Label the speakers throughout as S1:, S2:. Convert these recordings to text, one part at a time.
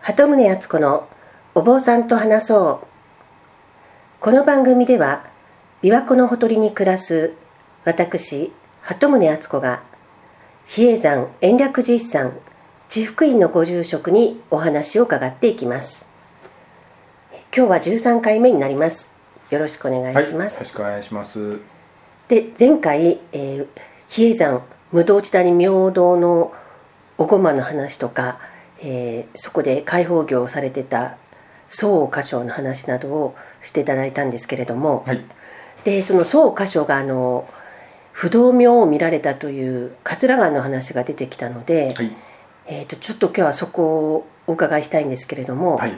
S1: 鳩宗敦子のお坊さんと話そうこの番組では琵琶湖のほとりに暮らす私鳩宗敦子が比叡山延暦寺一山地福院のご住職にお話を伺っていきます今日は13回目になりますよろしくお願いします、
S2: よろしくお願いします。
S1: で前回、えー比叡山無道地谷明道のおごまの話とか、えーそこで開放業をされてた宋歌唱の話などをしていただいたんですけれども、
S2: はい。
S1: でその宋歌唱があの不動明を見られたという桂川の話が出てきたので、
S2: はい。
S1: えー、とちょっと今日はそこをお伺いしたいんですけれども、
S2: はい。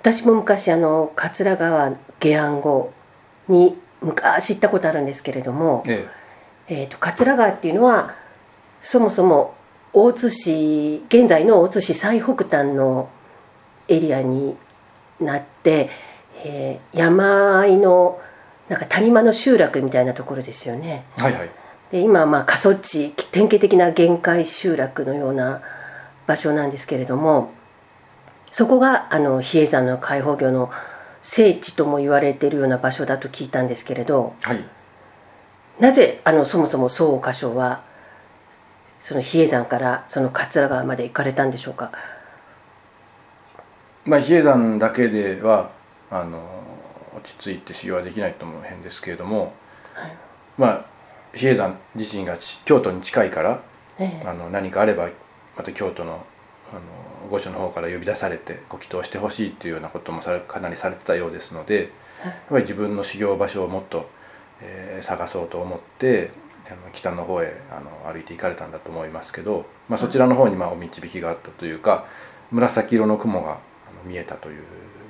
S1: 私も昔あの桂川下安号に昔行ったことあるんですけれども。
S2: え
S1: えー、と桂川っていうのはそもそも大津市現在の大津市最北端のエリアになって、えー山あいのなんか谷間の集落みたいなところですよね。
S2: えはいはい。
S1: で今はまあ過疎地典型的な限界集落のような場所なんですけれどもそこがあの比叡山の開放業の聖地とも言われているような場所だと聞いたんですけれど。
S2: はい。
S1: なぜあのそもそも宋歌唱はその比叡山からその桂川まで行かれたんでしょうか。
S2: まあ、比叡山だけでは、あの、落ち着いて修行はできないとも変ですけれども。まあ、比叡山自身がち京都に近いから、
S1: ね
S2: あの、何かあれば、また京都の。あの、御所の方から呼び出されて、ご祈祷してほしいというようなこともされ、かなりされてたようですので。
S1: はい
S2: やっぱり自分の修行場所をもっと、えー探そうと思ってあの北の方へあの歩いて行かれたんだと思いますけど、まあ、そちらの方にまあお導きがあったというか紫色の雲があの見えたという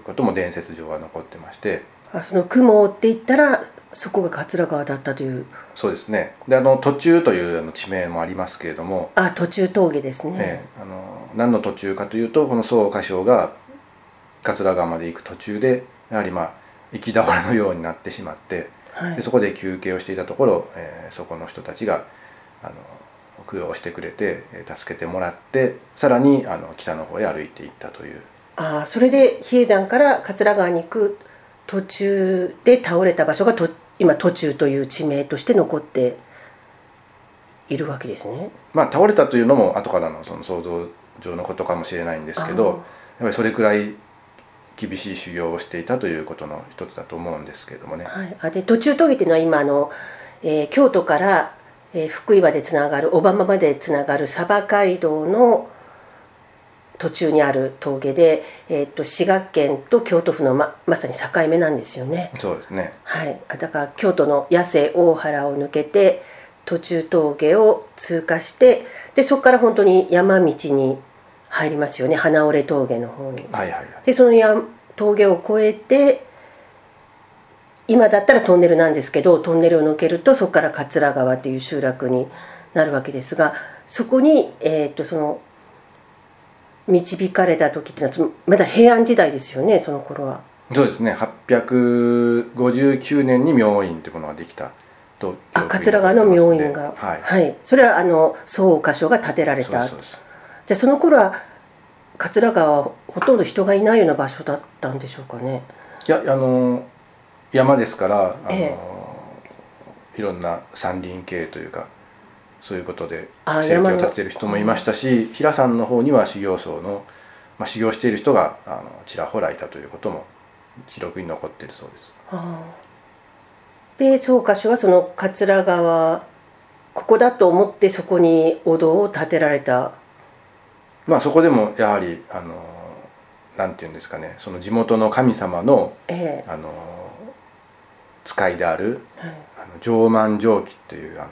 S2: ことも伝説上は残ってまして
S1: あその雲を追っていったらそこが桂川だったという
S2: そうですねであの途中というあの地名もありますけれども、
S1: あ途中峠です
S2: え
S1: ね。
S2: えあの何の途中かというとこの宋歌唱が桂川まで行く途中でやはりまあ行き倒れのようになってしまって。
S1: は
S2: で
S1: い
S2: そこで休憩をしていたところ、えーそこの人たちがあの供養をしてくれてえー助けてもらってさらにあの北の方へ歩いていったという
S1: あそれで比叡山から桂川に行く途中で倒れた場所がと今途中という地名として残っているわけですね。
S2: まあ倒れたというのも後からのその想像上のことかもしれないんですけど
S1: あー
S2: やっぱりそれくらい厳しい修行をしていたということの一つだと思うんですけれどもね。
S1: はい、あで途中峠っていうのは今あの、えー京都から、えー福井までつながる小浜までつながる鯖街道の途中にある峠で、えー、と滋賀県と京都府のままさに境目なんですよね。
S2: そうですね
S1: はい、あだから京都の八瀬大原を抜けて途中峠を通過してでそこから本当に山道に入りますよね花折峠の方に。
S2: はいはいはい
S1: でその山峠を越えて今だったらトンネルなんですけどトンネルを抜けるとそこから桂川という集落になるわけですがそこに、えー、とその導かれた時っていうのはつままだ平安時代ですよねその頃は。
S2: そうですね859年に明院というものができたと
S1: あ桂川の
S2: 明
S1: 明院が、
S2: はい、
S1: それはあの宋歌唱が建てられ
S2: そうで
S1: た
S2: すそうです
S1: じゃあその頃は桂川はほとんど人がいないような場所だったんでしょうかね。
S2: いやあの山ですからあの、
S1: え
S2: いろんな山林系というかそういうことで
S1: あ
S2: 生計
S1: 山の
S2: を立ててる人もいましたし平山の方には修行僧の、まあ、修行している人があのちらほらいたということも記録に残っているそうです。
S1: あーで総歌手はその桂川ここだと思ってそこにお堂を建てられた
S2: まあ、そこでもやはりあのなんていうんですかねその地元の神様の
S1: ええ
S2: あの使いである
S1: はい
S2: あの上満上記っていうあの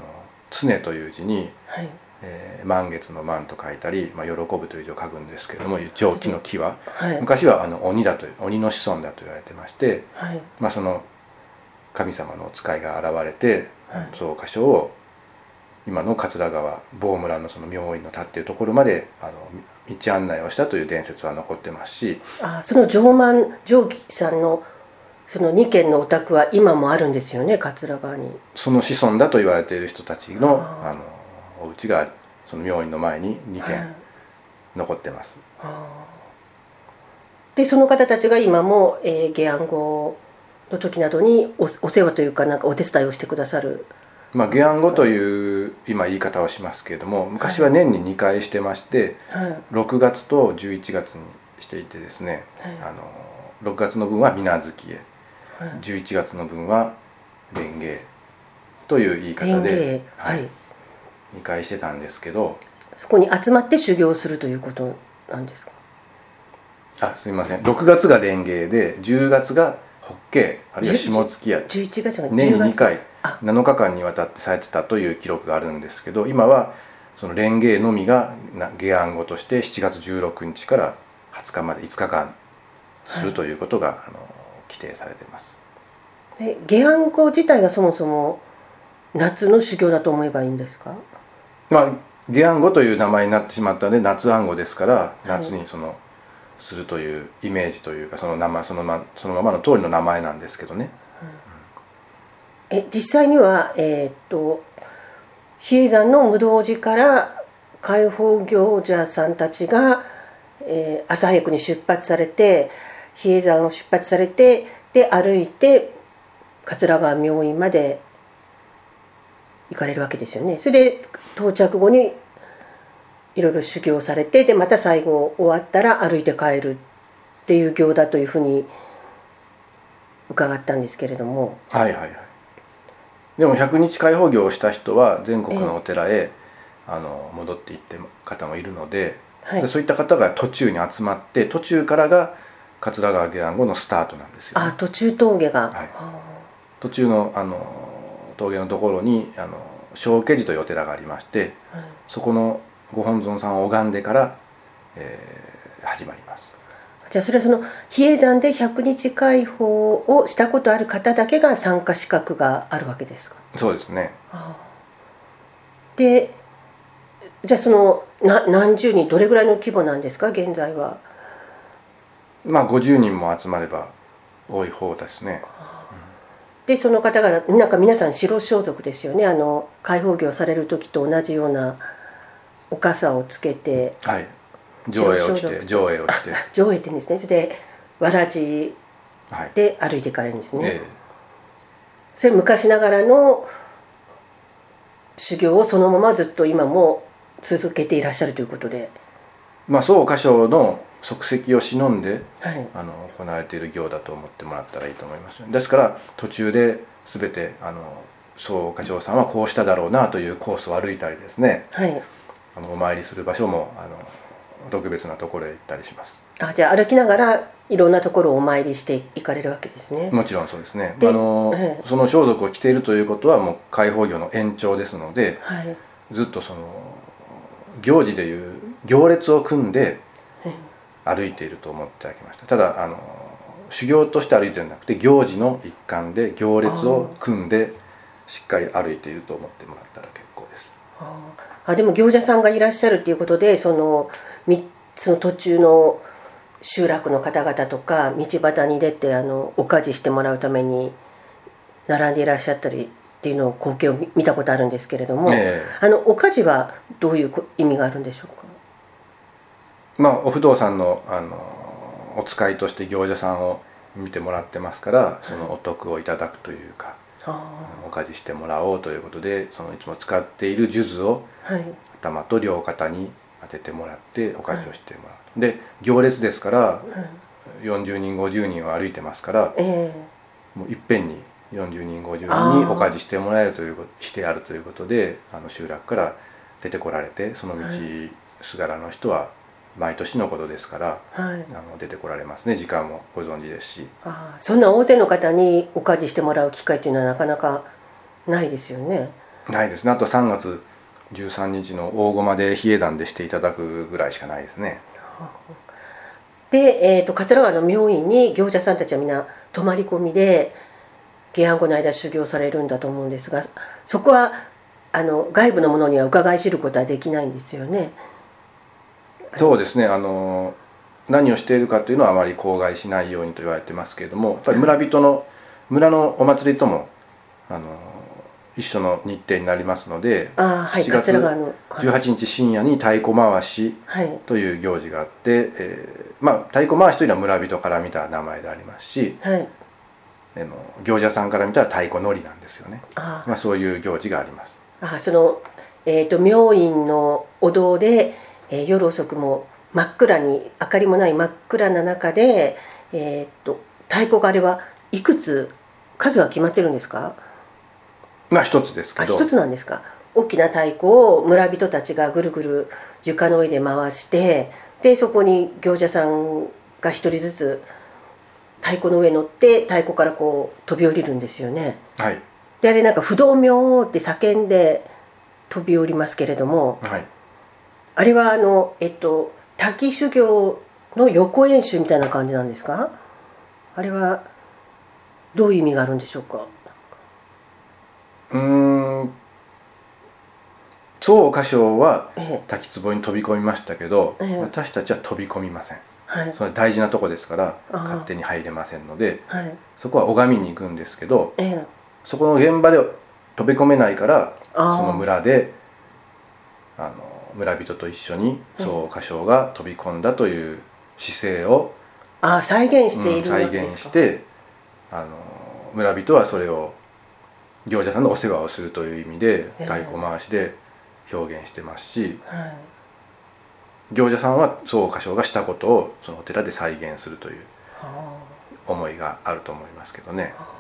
S2: 常という字に
S1: はい
S2: えー満月の満と書いたり、まあ、喜ぶという字を書くんですけれども上記の木は
S1: はい
S2: 昔はあの鬼だという鬼の子孫だと言われてまして、
S1: はい
S2: まあ、その神様のお使いが現れて
S1: はい
S2: そう歌唱を今の桂川坊村のその明院の立っているところまであの道案内をしたという伝説は残ってますし
S1: あーその上満上記さんのその2軒のお宅は今もあるんですよね桂川に
S2: その子孫だと言われている人たちの
S1: あー
S2: あのお家がその明院の前に2
S1: はい
S2: 軒残ってます。
S1: あでその方たちが今も、えー、下安号の時などにおお世話というかなんかお手伝いをしてくださる
S2: まあ、下案後という今言い方をしますけれども昔は年に2回してまして、
S1: はいはい
S2: 6月と11月にしていてですね、
S1: はい
S2: あの6月の分は水無月へ
S1: はい
S2: 11月の分は蓮華という言い方
S1: 園芸
S2: で、
S1: はい、
S2: 2回してたんですけど
S1: そこに集まって修行するということなんですか
S2: あすみません6月が蓮華で10月が法華あるいは下月や
S1: 11月が
S2: 年に2回
S1: あ
S2: 7日間にわたってされてたという記録があるんですけど今はその連芸のみがな下案語として7月16日から20日まで5日間す
S1: は
S2: る
S1: い
S2: ということが、あの規定されてます。
S1: で下安語自体がそもそも夏の修行だと思えばいいんですか
S2: まあ下案語という名前になってしまったので夏暗語ですから夏にその、するというイメージというかその名前そのまそのままの通りの名前なんですけどね。
S1: え実際にはえーっと比叡山の無道寺から解放行者さんたちが、えー朝早くに出発されて比叡山を出発されてで歩いて桂川明院まで行かれるわけですよね。それで到着後にいろいろ修行されてでまた最後終わったら歩いて帰るっていう行だというふうに伺ったんですけれども。
S2: はいはいはいでも100日開放業をした人は全国のお寺へあの戻っていってる方もいるので,、
S1: はい
S2: でそういった方が途中に集まって途中からが桂川下岸後のスタートなんですよね、
S1: あ途中峠が、
S2: はい
S1: あ
S2: 途中のあの峠のところにあの小家寺というお寺がありまして
S1: ーはい
S2: そこのご本尊さんを拝んでから、えー始まります
S1: じゃあそれはその比叡山で100日開放をしたことある方だけが参加資格があるわけですか
S2: そうですね
S1: でじゃあそのな何十人どれぐらいの規模なんですか現在は
S2: まあ50人も集まれば多い方ですね
S1: でその方がなんか皆さん白装束ですよねあの開放業される時と同じようなお傘をつけて
S2: はい上映をし
S1: 白装束
S2: て上映をして
S1: 上映って言うんですねそれでわらじ
S2: はい
S1: で歩いていかれるんですね、
S2: え
S1: それ昔ながらの修行をそのままずっと今も続けていらっしゃるということで、
S2: えまあ宋歌唱の足跡を忍んで
S1: はい、
S2: あの行われている行だと思ってもらったらいいと思いますですから途中で全てあの宋歌唱さんはこうしただろうなというコースを歩いたりですね
S1: はい、
S2: あのお参りする場所もあの特別なところへ行ったりします
S1: あじゃあ歩きながらいろんなところをお参りしていかれるわけですね。
S2: もちろんそうですねあ
S1: で
S2: の、
S1: ええ
S2: その装束を着ているということはもう開放業の延長ですので
S1: はい、
S2: ずっとその行事でいう行列を組んで歩いていると思っていただきましたただあの修行として歩いてるんじゃなくて行事の一環で行列を組んでしっかり歩いていると思ってもらったら結構です
S1: あでも行者さんがいらっしゃるということでそのみその途中の集落の方々とか道端に出てあのお家事してもらうために並んでいらっしゃったりっていうのを光景を見見たことあるんですけれども、
S2: ええ
S1: あのお家事はどういうこ意味があるんでしょうか
S2: まあお不動産のあのお使いとして行者さんを見てもらってますからそのお得をいただくというか
S1: あ
S2: お家事してもらおうということでそのいつも使っている数珠を
S1: あはい
S2: 頭と両肩に当ててもらってお家事をしてもらう、で行列ですから40人50人を歩いてますから
S1: え
S2: もういっぺんに40人50人に
S1: あー
S2: お家事してもらえるということしてあるということであの集落から出てこられてその道、
S1: はい
S2: すがらの人は毎年のことですから
S1: えはい
S2: あの出てこられますね時間もご存知ですし
S1: ああそんな大勢の方にお家事してもらう機会というのはなかなかないですよね
S2: ないですねあと3月13日の大駒で比叡山でしていただくぐらいしかないですね
S1: で、えー、と桂川の病院に行者さんたちはみんな泊まり込みで下安後の間修行されるんだと思うんですがそこはあの外部のものには伺い知ることはできないんですよね。
S2: そうですねあの何をしているかというのはあまり口外しないようにと言われてますけれどもやっぱり村人の村のお祭りともあの一緒の日程になりますので
S1: ああはい
S2: 7月
S1: 桂川のはい
S2: 18日深夜に太鼓回し
S1: はい
S2: という行事があって、えーまあ、太鼓回しというのは村人から見た名前でありますし
S1: はい
S2: あの行者さんから見たら太鼓乗りなんですよね、
S1: ああ
S2: まあ、そういう行事があります
S1: ああそのえっ、と明院のお堂で、えー夜遅くも真っ暗に明かりもない真っ暗な中でえっ、と太鼓があれはいくつ数は決まってるんですか
S2: まあ一つですけ
S1: あ
S2: ど
S1: 一つなんですか大きな太鼓を村人たちがぐるぐる床の上で回してでそこに行者さんが一人ずつ太鼓の上に乗って太鼓からこう飛び降りるんですよね。
S2: はい
S1: であれなんか不動明王って叫んで飛び降りますけれども
S2: はい
S1: あれはあのえっと滝修行の予行演習みたいな感じなんですかあれはどういう意味があるんでしょうか
S2: うーん宋歌唱は
S1: ええ
S2: 滝壺に飛び込みましたけど、
S1: ええ
S2: 私たちは飛び込みません
S1: はい
S2: それ大事なとこですから
S1: ああ
S2: 勝手に入れませんので
S1: はい
S2: そこは拝みに行くんですけど
S1: ええ
S2: そこの現場で飛び込めないから
S1: ああ
S2: その村であの村人と一緒に宋歌唱が飛び込んだという姿勢を、
S1: ああ再現して
S2: う
S1: い
S2: ん
S1: るわ
S2: 再
S1: けで
S2: 現し
S1: すか、
S2: てあの村人はそれを行者さんのお世話をするという意味で
S1: ええ
S2: 太鼓回しで表現してますし
S1: はい、
S2: 行者さんは宋歌唱がしたことをそのお寺で再現するという
S1: あ
S2: 思いがあると思いますけどね。
S1: ー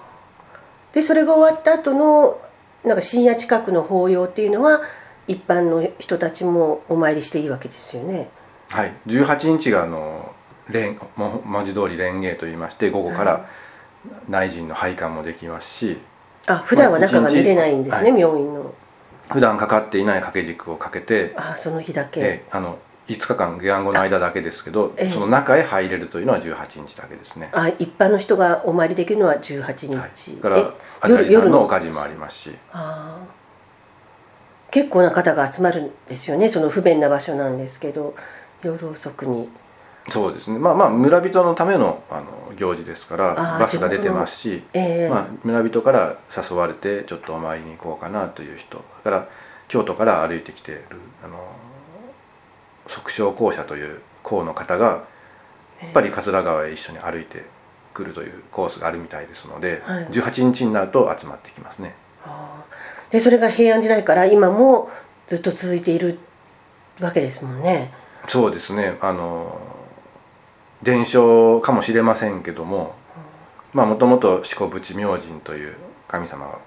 S1: でそれが終わった後のなんか深夜近くの法要っていうのは一般の人たちもお参りしていいわけですよね。
S2: はい、18日があの連も文字通り連芸といいまして午後か
S1: は
S2: ら内陣の拝観もできますし
S1: あ普段は中が見れないんですね、
S2: ま
S1: 病院の。
S2: 普段かかっていない掛け軸をかけて、
S1: あーその日だけ。
S2: ええあの5日間下案後の間だけですけど、
S1: ええ
S2: その中へ入れるというのは18日だけですね、
S1: あ一般の人がお参りできるのは18
S2: はい、
S1: 日。
S2: だから
S1: え
S2: あた
S1: 夜
S2: りさ
S1: 夜
S2: んのお
S1: の
S2: かじもありますし
S1: あー結構な方が集まるんですよねその不便な場所なんですけど夜遅くに。
S2: そうですねまあまあ村人のためのあの行事ですから
S1: あー
S2: バスが出てますし、
S1: ええ
S2: まあ、村人から誘われてちょっとお参りに行こうかなという人だから京都から歩いてきているあの即将校舎という校の方がやっぱり桂川へ一緒に歩いてくるというコースがあるみたいですので、
S1: はい
S2: 18日になると集まってきますね。
S1: でそれが平安時代から今もずっと続いているわけですもんね。
S2: そうですねあの伝承かもしれませんけどもまあもともと四股淵明神という神様が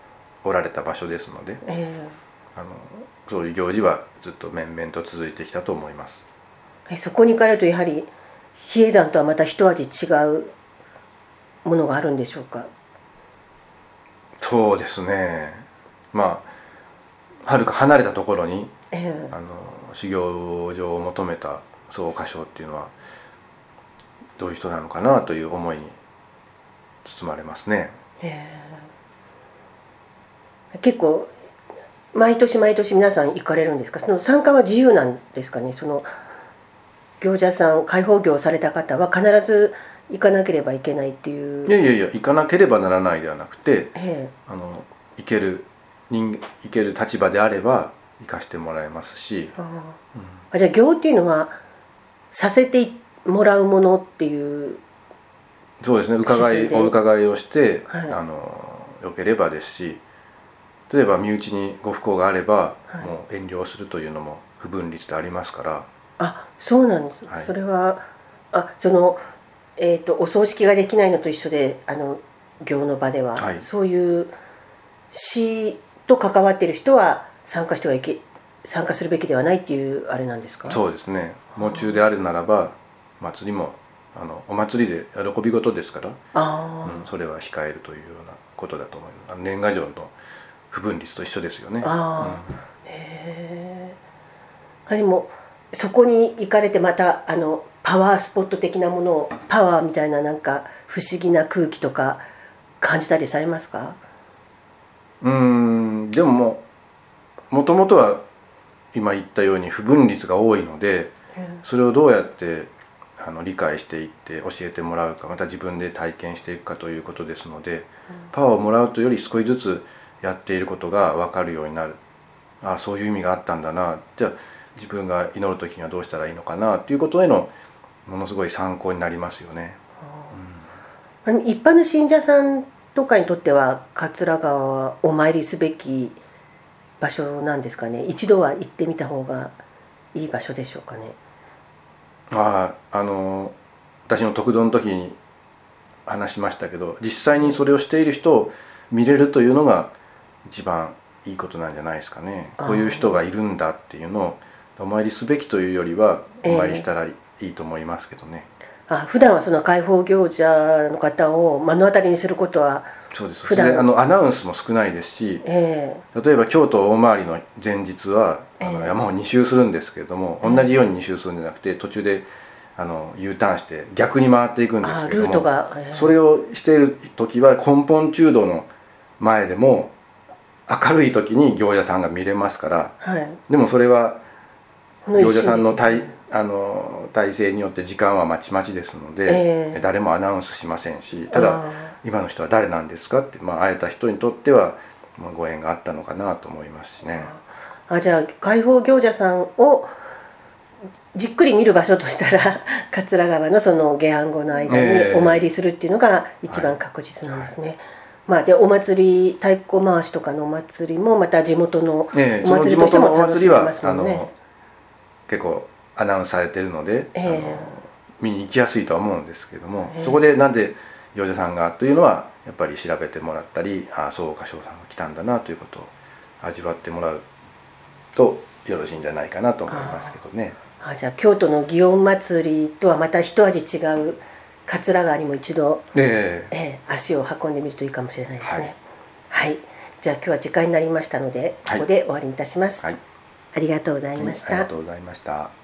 S2: おられた場所ですので
S1: え
S2: あのそういう行事はずっと面々と続いてきたと思います
S1: ーえそこに行かれるとやはり比叡山とはまた一味違うものがあるんでしょうか。
S2: そうですねまあはるか離れたところに
S1: え
S2: あの修行場を求めた僧歌唱っていうのはどういう人なのかなという思いに包まれますね
S1: ー結構毎年毎年皆さん行かれるんですかその参加は自由なんですかねその行者さん開放業された方は必ず行かなければいけないっていう。
S2: いやいやいや行かなければならないではなくて
S1: え
S2: あの行ける人行ける立場であれば行かしてもらえますし
S1: ーあーあじゃあ行っていうのはさせてもらうものっていう
S2: そうですね伺
S1: 姿勢
S2: い
S1: で
S2: お伺いをして、
S1: はい
S2: あのよければですし例えば身内にご不幸があれば、
S1: はい
S2: もう遠慮するというのも不分率でありますから
S1: あそうなんです、
S2: はい
S1: それはあその、えー、とお葬式ができないのと一緒であの行の場では、
S2: はい
S1: そういう死と関わっている人は参加してはいけ参加するべきではないっていうあれなんですか
S2: そうですね喪中であるならば祭りもあのお祭りで喜び事ですから、
S1: あー、
S2: うんそれは控えるというようなことだと思いますあの年賀状の不分率と一緒ですよね。
S1: あー、へえでもそこに行かれてまたあのパワースポット的なものをパワーみたいななんか不思議な空気とか感じたりされますか
S2: うーんでももうもともとは今言ったように不分率が多いのでそれをどうやってあの理解していって教えてもらうかまた自分で体験していくかということですのでパワーをもらうというより少しずつやっていることが分かるようになるあそういう意味があったんだなじゃあ自分が祈る時にはどうしたらいいのかなっていうことへのものすごい参考になりますよね。
S1: あの一般の信者さんとかにとっては桂川はお参りすべき場所なんですかね一度は行ってみた方がいい場所でしょうかね。
S2: あああの私の特道の時に話しましたけど実際にそれをしている人を見れるというのが一番いいことなんじゃないですかね
S1: あー
S2: こういう人がいるんだっていうのをお参りすべきというよりは
S1: ええ
S2: お参りしたらいいと思いますけどね、
S1: あ普段はその解放行者の方を目の当たりにすることは、
S2: そうです
S1: 普段
S2: それであのアナウンスも少ないですし
S1: え
S2: 例えば京都大回りの前日はあの
S1: ええ
S2: 山を2周するんですけれども、同じように2周するんじゃなくて途中であの U ターンして逆に回っていくんですけれども
S1: あルートがええ
S2: それをしている時は根本中道の前でも明るい時に行者さんが見れますから
S1: えはい、
S2: でもそれは
S1: こ
S2: 行
S1: 一瞬
S2: 者さんの
S1: ですね
S2: 体あの体制によって時間はまちまちですの
S1: え
S2: で、
S1: え
S2: 誰もアナウンスしませんした
S1: あ
S2: だ
S1: ー
S2: 今の人は誰なんですかって、まあ、会えた人にとっては、まあ、ご縁があったのかなと思いますしね。
S1: あじゃあ解放行者さんをじっくり見る場所としたら 桂川のその下案後の間
S2: え
S1: に
S2: え
S1: お参りするっていうのが一番確実なんですね。まあ、でお祭り太鼓回しとかのお祭りもまた地元のお
S2: ええ、その
S1: 祭
S2: 地
S1: りとして
S2: 元
S1: も
S2: のお
S1: 楽し
S2: 祭り
S1: め
S2: は、
S1: ます
S2: あ
S1: もんね。
S2: の結構アナウンスされてるので、
S1: え
S2: あ
S1: え
S2: の見に行きやすいとは思うんですけども、
S1: ええ
S2: そこでなんで行者さんがというのはやっぱり調べてもらったりああそうか翔さんが来たんだなということを味わってもらうとよろしいんじゃないかなと思いますけどね。
S1: あじゃあ京都の祇園祭りとはまた一味違う桂川にも一度
S2: ええ
S1: ええ足を運んでみるといいかもしれないですね。はい、じゃあ今日は時間になりましたので、
S2: はい
S1: ここで終わりにいたします。
S2: はい、
S1: ありがとうございました。
S2: ありがとうございました。